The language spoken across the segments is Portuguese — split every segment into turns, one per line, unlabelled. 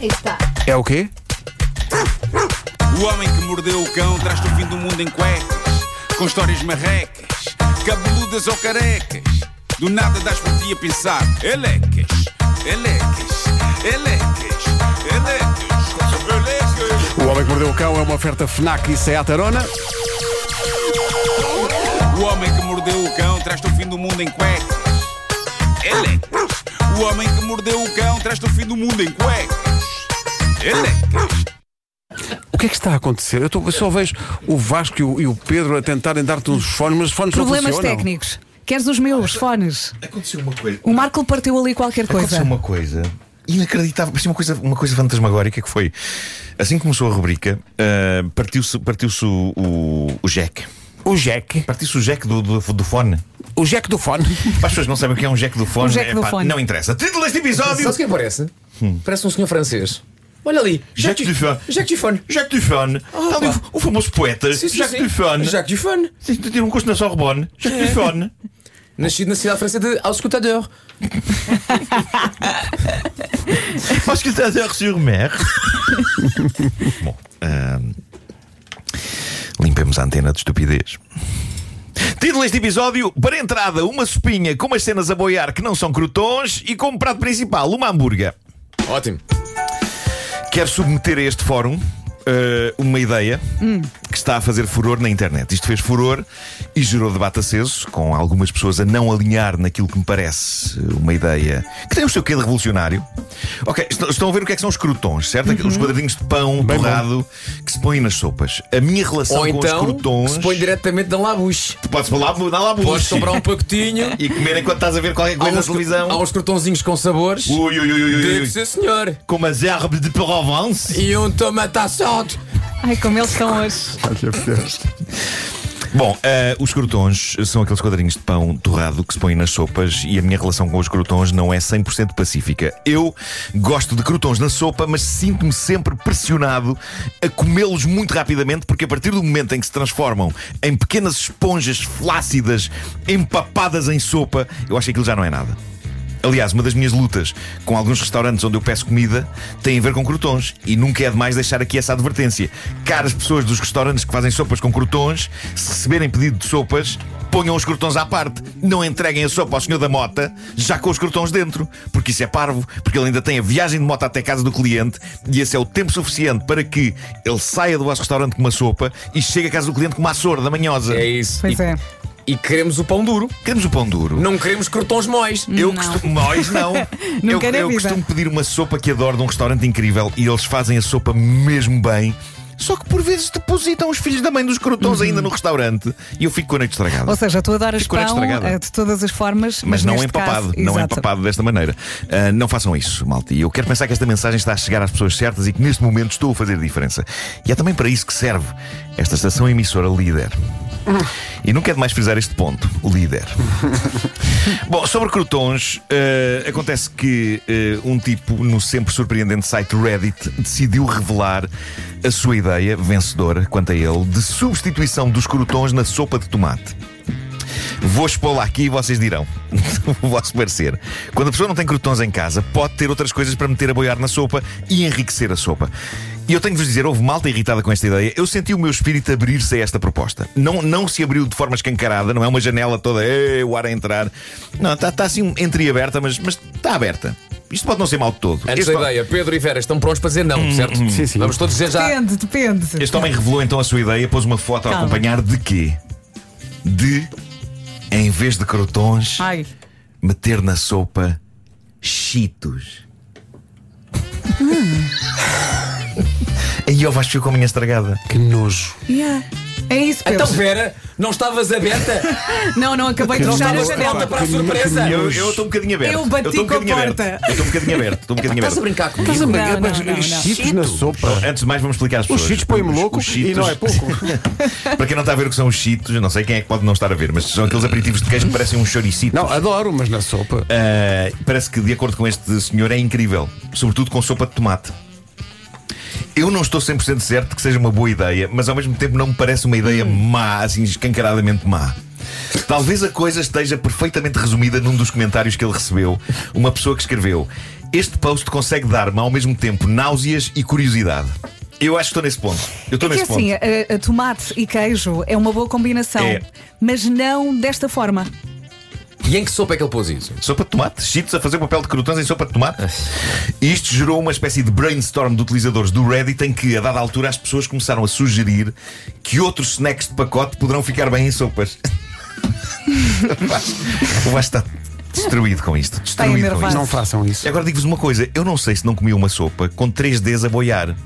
Aí está.
É o quê?
O homem que mordeu o cão traz-te o fim do mundo em cuecas, com histórias marrecas, cabeludas ou carecas. Do nada das por ti a pensar. Elecas, elecas, elecas, elecas, elecas.
O Homem que Mordeu o Cão é uma oferta FNAC e Seat Arona.
O homem que mordeu o cão traz-te o fim do mundo em cuecas. Elecas. O homem que mordeu o cão traz-te o fim do mundo em cuecas. Elecas.
O que é que está a acontecer? Eu, tô- eu só vejo o Vasco e o, e o Pedro a tentarem dar-te uns fones, mas os fones não
Problemas
funcionam.
técnicos. Queres os meus fones?
Aconteceu uma coisa.
O Marco partiu ali qualquer
Aconteceu
coisa.
uma coisa inacreditável, mas uma coisa, uma coisa fantasmagórica que foi. Assim que começou a rubrica, ah, partiu-se partiu-se o, o, o jack.
O jack.
Partiu-se o jack do, do, do fone.
O jack do fone.
Para as pessoas que não sabem o que é um jack do fone,
jack do
epá,
fone.
não interessa. Título deste episódio:
Sabes quem parece? Parece um senhor francês. Olha ali.
Jacques Dufon.
Jacques Dufon.
Jacques Dufone. Está ali o, o famoso poeta
Sim, sim,
Jacques
sim.
Dufone.
Jacques Eh. Dufon.
Sim, Tira um curso na Sorbonne. Jacques Dufone.
Nascido na cidade francesa de Auscultador.
Parce qu'il est sur mer. euh, Bom, ahm, limpemos a antena de estupidez. Título deste episódio: Para a entrada, uma sopinha com umas cenas a boiar que não são crotons e como prato principal, uma hambúrguer.
Ótimo.
Quero submeter a este fórum eh, uma ideia que está a fazer furor na internet. Isto fez furor e gerou debate aceso, com algumas pessoas a não alinhar naquilo que me parece uma ideia que tem o seu quê de revolucionário. Ok, est- estão a ver o que é que são os crotons, certo? Aqueles quadradinhos de pão borrado que se põem nas sopas. A minha relação
Ou
com
então,
os crotons.
se põe diretamente da Labuche.
Podes falar, dá lá a
Podes
bucha.
comprar um pacotinho.
E comer enquanto estás a ver qualquer
há,
coisa na
uns, há
televisão.
uns crotonzinhos com sabores.
Ui, ui, ui, ui, ui,
Deve
ui.
ser senhor.
Com umas herbes de Provence.
E um tomate à sorte.
Ai, como eles estão hoje.
Bom, eh, os crotons são aqueles quadrinhos de pão torrado que se põem nas sopas e a minha relação com os crotons não é 100% pacífica. Eu gosto de crotons na sopa, mas sinto-me sempre pressionado a comê-los muito rapidamente porque a partir do momento em que se transformam em pequenas esponjas flácidas empapadas em sopa, eu acho que aquilo já não é nada. Aliás, uma das minhas lutas com alguns restaurantes onde eu peço comida tem a ver com crotons. E nunca é demais deixar aqui essa advertência. Caras pessoas dos restaurantes que fazem sopas com crotons, se receberem pedido de sopas, ponham os crotons à parte. Não entreguem a sopa ao senhor da mota já com os crotons dentro. Porque isso é parvo, porque ele ainda tem a viagem de moto até casa do cliente e esse é o tempo suficiente para que ele saia do vosso restaurante com uma sopa e chegue à casa do cliente com uma açor da manhosa.
É isso.
Pois
e,
é.
e queremos o pão duro.
Queremos o pão duro.
Não queremos crotons móis.
Eu
Não.
costumo. Nós não. eu
Nunca na
eu
vida.
costumo pedir uma sopa que adoro de um restaurante incrível e eles fazem a sopa mesmo bem. Só que por vezes depositam os filhos da mãe dos crotons ainda no restaurante e eu fico com a noite estragada.
Uhum. Ou seja, tu adoras
Ficou na
pão
estragada.
eh, de todas as formas,
mas não
neste
empapado,
caso-
não
Exato.
empapado desta maneira. Ah, não façam isso, malta. E eu quero pensar que esta mensagem está a chegar às pessoas certas e que neste momento estou a fazer diferença. E é também para isso que serve esta estação emissora líder. E não quero mais frisar este ponto, líder. Bom, sobre crotons, eh, acontece que eh, um tipo no sempre surpreendente site Reddit decidiu revelar a sua ideia vencedora, quanto a ele, de substituição dos crotons na sopa de tomate. Vou expô-la aqui e vocês dirão o vosso parecer. Quando a pessoa não tem crotons em casa, pode ter outras coisas para meter a boiar na sopa e enriquecer a sopa. E eu tenho de vos dizer, houve malta irritada com esta ideia. Eu senti o meu espírito abrir-se a esta proposta. Não, não se abriu de forma escancarada, não é uma janela toda, "Eh, o ar a entrar. Não, está tá assim entreaberta, mas está aberta. Isto pode não ser mal de todo.
Antes
Este
da
pode-
ideia, Pedro e Vera estão prontos para dizer não, certo?
Sim, sim.
Vamos todos dizer já.
Depende, depende.
Este homem revelou então a sua ideia, pôs uma foto a
Calma.
acompanhar de quê? De, em vez de crotons,
Ai,
meter na sopa Cheetos. Ah. Aí eu Vasco ficou a minha estragada.
Que nojo.
yeah. é isso, Pedro.
Então, Vera, não estavas aberta?
Não, não acabei de
Não
fechar a
Estavas pronta
janela.
para a surpresa?
Eu eu estou um bocadinho aberto.
Eu bati
estou um
com a
bocadinho aberto.
porta.
Eu estou um bocadinho aberto. Estou um bocadinho
Estás a
aberto.
brincar comigo?
Estás a
Não,
brincar?
não,
Mas
não, não.
Cheetos na sopa.
Antes de mais, vamos explicar às pessoas.
Os cheetos põem-me
Os- os
louco e não é
Cheetos-
pouco.
Para quem não está a ver o que são os cheetos, eu não sei quem é que pode não estar a ver, mas são aqueles aperitivos de queijo que parecem um choricitos.
Não, adoro, mas na sopa.
Uh, parece que, de acordo com este senhor, é incrível. Sobretudo com sopa de tomate. Eu não estou 100% certo que seja uma boa ideia, mas ao mesmo tempo não me parece uma ideia
Hum.
má, assim escancaradamente má. Talvez a coisa esteja perfeitamente resumida num dos comentários que ele recebeu. Uma pessoa que escreveu: Este post consegue dar-me ao mesmo tempo náuseas e curiosidade. Eu acho que estou nesse ponto. Eu estou
É que
nesse
assim,
ponto.
a- a tomate e queijo é uma boa combinação,
É.
mas não desta forma.
E em que sopa é que ele pôs isso?
Sopa de tomate, cheats a fazer papel de crotões em sopa de tomate. E isto gerou uma espécie de brainstorm de utilizadores do Reddit em que, a dada altura, as pessoas começaram a sugerir que outros snacks de pacote poderão ficar bem em sopas. o Vasco- o Vasco está destruído com isto. Destruído com
enervado.
isto.
Não façam isso.
E agora digo-vos uma coisa: eu não sei se não comi uma sopa com 3Ds a boiar.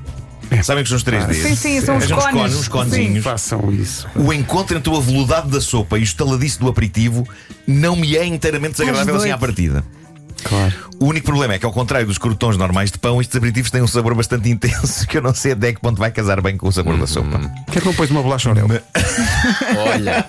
Sabem o que são os 3Ds?
Sim, sim, são os
Sejam É, uns
cones.
cones, uns conezinhos.
Façam isso.
O encontro entre o aveludado da sopa e o estaladiço do aperitivo não me é inteiramente desagradável assim à
doido.
partida.
Claro.
O único problema é que, ao contrário dos crotons normais de pão, estes aperitivos têm um sabor bastante intenso que eu não sei até que ponto vai casar bem com o sabor da sopa.
Porquê é que não pôs uma bolacha Oreo?
Olha,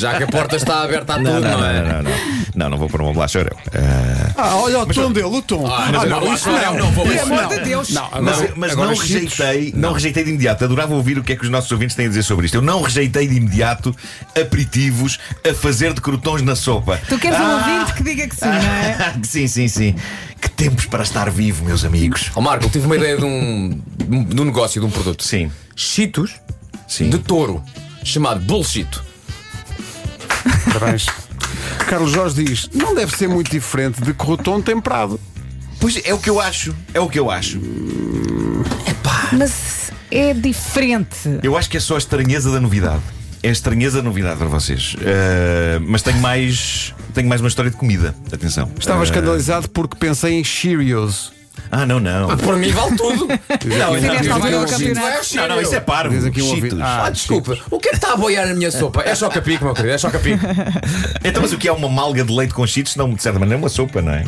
já que a porta está aberta a tudo, não,
não, não,
é?
não, não. Não, não vou pôr uma bolacha Oreo. Ah,
Ah, olha o tom dele, o tom.
Ah, mas eu acho que não, vou
Pelo
Isso
amor de Deus.
Não, agora,
Mas, mas não
agora Cheetos.
rejeitei, não. rejeitei de imediato. Adorava ouvir o que é que os nossos ouvintes têm a dizer sobre isto. Eu não rejeitei de imediato aperitivos a fazer de crotons na sopa. Ah!
Tu queres um ouvinte que diga que sim, não é?
sim, sim, sim. Que tempos para estar vivo, meus amigos.
Ó Marco, tive uma ideia de um, de um negócio, de um produto.
Sim,
Cheetos
sim.
de touro, chamado Bullshit.
Parabéns. Carlos Jorge diz: não deve ser muito diferente de corrotom temperado.
Pois é o que eu acho. É o que eu acho.
Mas é diferente.
Eu acho que é só a estranheza da novidade. É a estranheza da novidade para vocês. Ah, mas tenho mais. Tenho mais uma história de comida. Atenção.
Estava
Ah,
escandalizado porque pensei em Cheerios.
Ah, não, não.
Por mim vale tudo. não,
Tiveste
não,
a ver ao
não,
campeonato.
vai ao
Não,
Cheetos.
não, isso é parvo.
Diz aqui um
Cheetos.
ouvinte.
Ah, desculpa, o que é que está a boiar na minha sopa? É choca-pico, meu querido, é choca-pico.
Então, mas o que é uma malga de leite com cheetos? Não, de certa maneira, é uma sopa, não é?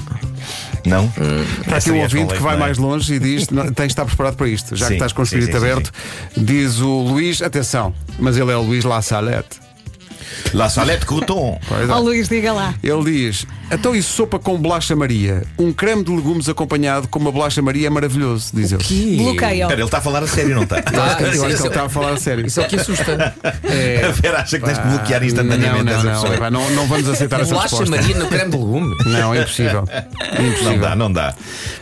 Não? é Está
Aqui um ouvinte que vai mais longe e diz: "Não, tens de estar preparado para isto, já
Sim,
que estás com o
sim,
espírito
sim, sim,
aberto. Diz o Luís: atenção, mas ele é o Luís La Salette.
é? La salette crouton.
Pois é.
Ó Luís, diga lá.
Ele diz: então e sopa com bolacha Maria? Um creme de legumes acompanhado com uma bolacha Maria é maravilhoso, diz ele.
Bloqueio.
Espera, ele está a falar a sério, não está?
Ah,
Eu
isso,
acho que
isso-
ele está a falar a sério.
isso é o que assusta.
A Vera acha que tens de bloquear
É. Ah, Não,
instantaneamente
não,
essa
não,
pessoa.
pá, não, não vamos aceitar essa
Bolacha
resposta.
Maria no creme de legume.
Não, é impossível. É
Não
impossível.
dá, não dá.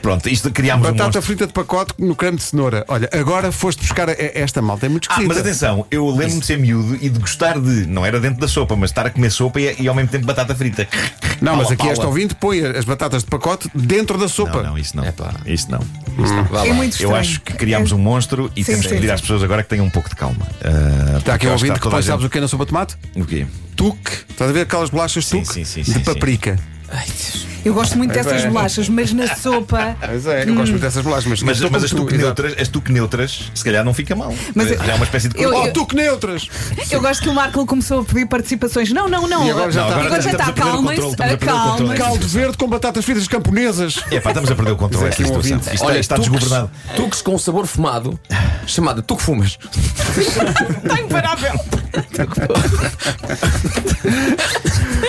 Pronto, isto criámos um
Batata
monstro.
frita de pacote no creme de cenoura. Olha, agora foste buscar a- esta malta, é muito
Ah,
esquisita.
mas atenção, eu lembro-me de ser miúdo e de gostar de, não era dentro da sopa, mas estar a comer sopa e, e ao mesmo tempo batata frita.
Não, mas
Paula,
aqui é esta
Paula.
ouvinte põe as batatas de pacote dentro da sopa.
Não, não, isso não.
Epá.
Isso não.
Vá
É
lá.
muito estranho.
Eu acho que criámos um monstro e
Sim,
temos que
sim,
pedir
sim.
às pessoas agora que tenham um pouco de calma. Ah,
Está aqui um ouvinte que põe,
depois
sabes o que é na sopa de tomate?
o quê?
Tuque. Estás a ver aquelas bolachas
Sim,
tuque
sim, sim,
de
sim,
paprika.
Ai, Deus.
Eu gosto muito dessas
bem.
bolachas, mas na sopa.
Pois é, eu gosto muito dessas bolachas, Então, mas,
Mas,
estou
mas
com
as tuque
exato.
neutras, as tuque neutras, se calhar não fica mal.
Mas eu-
já é uma espécie de
eu-
Oh,
Oh, tu-
tuque neutras!
Eu gosto que o Marco começou a pedir participações. Não, não, não.
E agora já
Não,
está.
agora
Agora já
estamos
está, é
a perder o controle,
acalmem-se,
estamos a perder o controle.
acalmem-se.
Caldo verde com batatas fritas camponesas.
Epá, estamos a perder o controle
Diz aqui
desta
um
situação.
ouvinte.
Isto
Olha,
é- está
tuques-
desgovernado.
Tuques com um sabor fumado, chamado tuque fumas.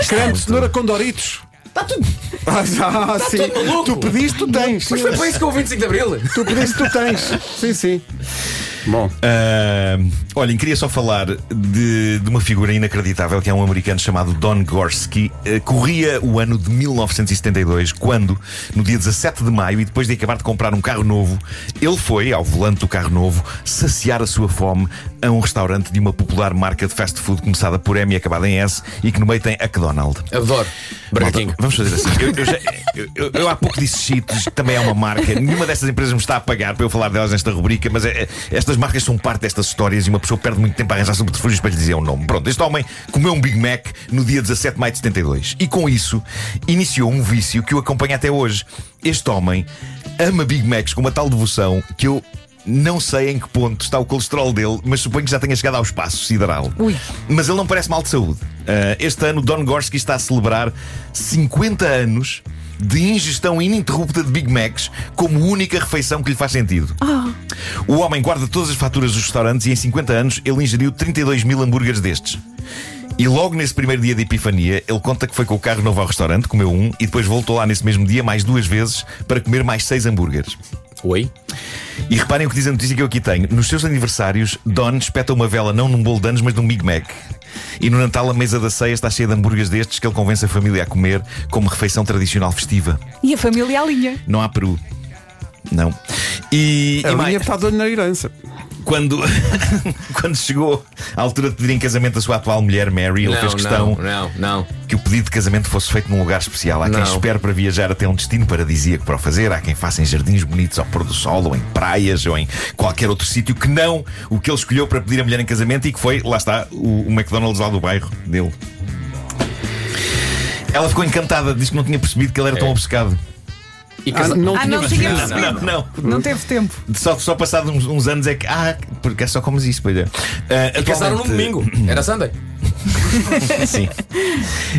Creme de cenoura com Doritos. Está tudo. Ah, sim.
tudo maluco.
Tu pediste, tu tens.
Mas foi para isso que eu o 25 de Abril.
Tu pediste, tu tens. Sim, sim. Bom,
Ah, olhem, queria só falar de, de uma figura inacreditável que é um americano chamado Don Gorski. Eh, corria o ano de 1972, quando, no dia 17 de maio, e depois de acabar de comprar um carro novo, ele foi, ao volante do carro novo, saciar a sua fome a um restaurante de uma popular marca de fast food começada por M e acabada em S e que no meio tem a McDonald's.
Adoro. Burger
Malta,
King.
Vamos fazer assim. Eu, eu já- eu- eu- eu há pouco disse Cheetos, que também é uma marca. Nenhuma destas empresas me está a pagar para eu falar delas nesta rubrica, mas é- é- estas marcas são parte destas histórias e uma pessoa perde muito tempo a arranjar subterfúgios para lhe dizer o nome. Pronto, este homem comeu um Big Mac no dia 17 de maio de 72 e com isso iniciou um vício que o acompanha até hoje. Este homem ama Big Macs com uma tal devoção que eu. Não sei em que ponto está o colesterol dele, mas suponho que já tenha chegado ao espaço sideral.
Ui.
Mas ele não parece mal de saúde. Ah, este ano, Don Gorski está a celebrar 50 anos de ingestão ininterrupta de Big Macs como única refeição que lhe faz sentido. O homem guarda todas as faturas dos restaurantes e em 50 anos ele ingeriu 32 mil hambúrgueres destes. E logo nesse primeiro dia de epifania, ele conta que foi com o carro novo ao restaurante, comeu um e depois voltou lá nesse mesmo dia mais duas vezes para comer mais seis hambúrgueres.
Oi?
E reparem o que diz a notícia que eu aqui tenho. Nos seus aniversários, Don espeta uma vela não num bolo de anos, mas num Big Mac. E no Natal a mesa da ceia está cheia de hambúrgueres destes que ele convence a família a comer como refeição tradicional festiva.
E a família à linha.
Não há peru. Não. E,
A
e
linha
mais,
está de olho na herança.
quando, quando chegou à altura de pedir em casamento a sua atual mulher, Mary, ele fez questão
não, não.
que o pedido de casamento fosse feito num lugar especial. Há quem
Não.
espera para viajar até um destino paradisíaco para o fazer, há quem faça em jardins bonitos ao pôr do sol, ou em praias, ou em qualquer outro sítio que não o que ele escolheu para pedir a mulher em casamento e que foi, lá está, o, o McDonald's lá do bairro dele. Ela ficou encantada, disse que não tinha percebido que ele era tão obcecado.
E
Ah, não
Ah,
tinha
não tinha
percebido.
percebido.
Não, não.
Não teve tempo.
Só, só passados uns, uns anos é que. Ah, porque é só comes isso, pois é. Ah,
E casaram no
atualmente-
domingo. Era Sunday.
Sim.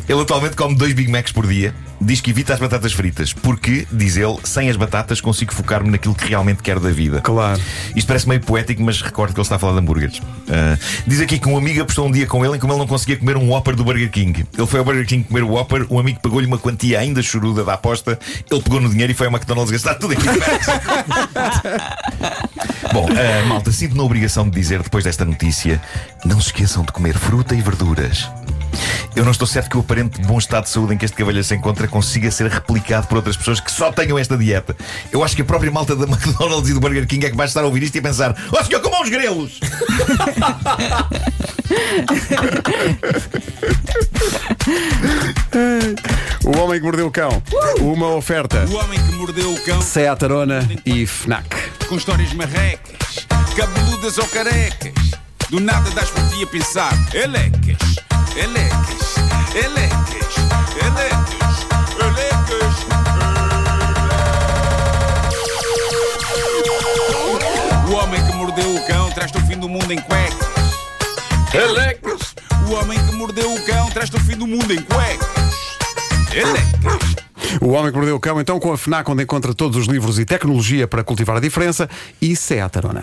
Ele atualmente come dois Big Macs por dia. Diz que evita as batatas fritas, porque, diz ele, sem as batatas consigo focar-me naquilo que realmente quero da vida.
Claro.
Isto parece meio poético, mas recordo que ele está a falar de hambúrgueres. Ah, diz aqui que um amigo apostou um dia com ele em como ele não conseguia comer um Whopper do Burger King. Ele foi ao Burger King comer o Whopper, um amigo pagou-lhe uma quantia ainda choruda da aposta, ele pegou no dinheiro e foi ao McDonald's gastar tudo em Big Macs. Bom, ah, malta, sinto na obrigação de dizer depois desta notícia: não se esqueçam de comer fruta e verduras. Eu não estou certo que o aparente bom estado de saúde em que este cavalheiro se encontra consiga ser replicado por outras pessoas que só tenham esta dieta. Eu acho que a própria malta da McDonald's e do Burger King é que vai estar a ouvir isto e a pensar: Ó senhor, como uns grelos!
O Homem que Mordeu o Cão. Uma oferta.
O homem que mordeu o cão.
Seat Tarona e FNAC.
com histórias marrecas, cabeludas ou carecas. Do nada das por ti a pensar. Elecas, elecas, elecas, elecas, elecas. O homem que mordeu o cão traz-te o fim do mundo em cuecas. Elecas. O homem que mordeu o cão traz-te o fim do mundo em cuecas. Elecas.
O Homem que Mordeu o Cão, então, com a FNAC, onde encontra todos os livros e tecnologia para cultivar a diferença, e Seat Tarona.